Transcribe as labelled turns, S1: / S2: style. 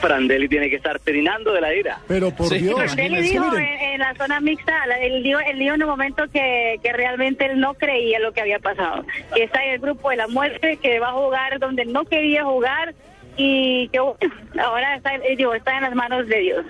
S1: Prandelli tiene que estar perinando de la ira.
S2: Pero por Dios.
S3: Deli
S2: es que
S3: dijo
S2: miren,
S3: en, en la zona mixta, la- él dijo, él dijo en un momento que, que realmente él no creía lo que había pasado, que está en el grupo de la muerte, que va a jugar donde él no quería jugar y que bueno, ahora está, él dijo, está en las manos de Dios.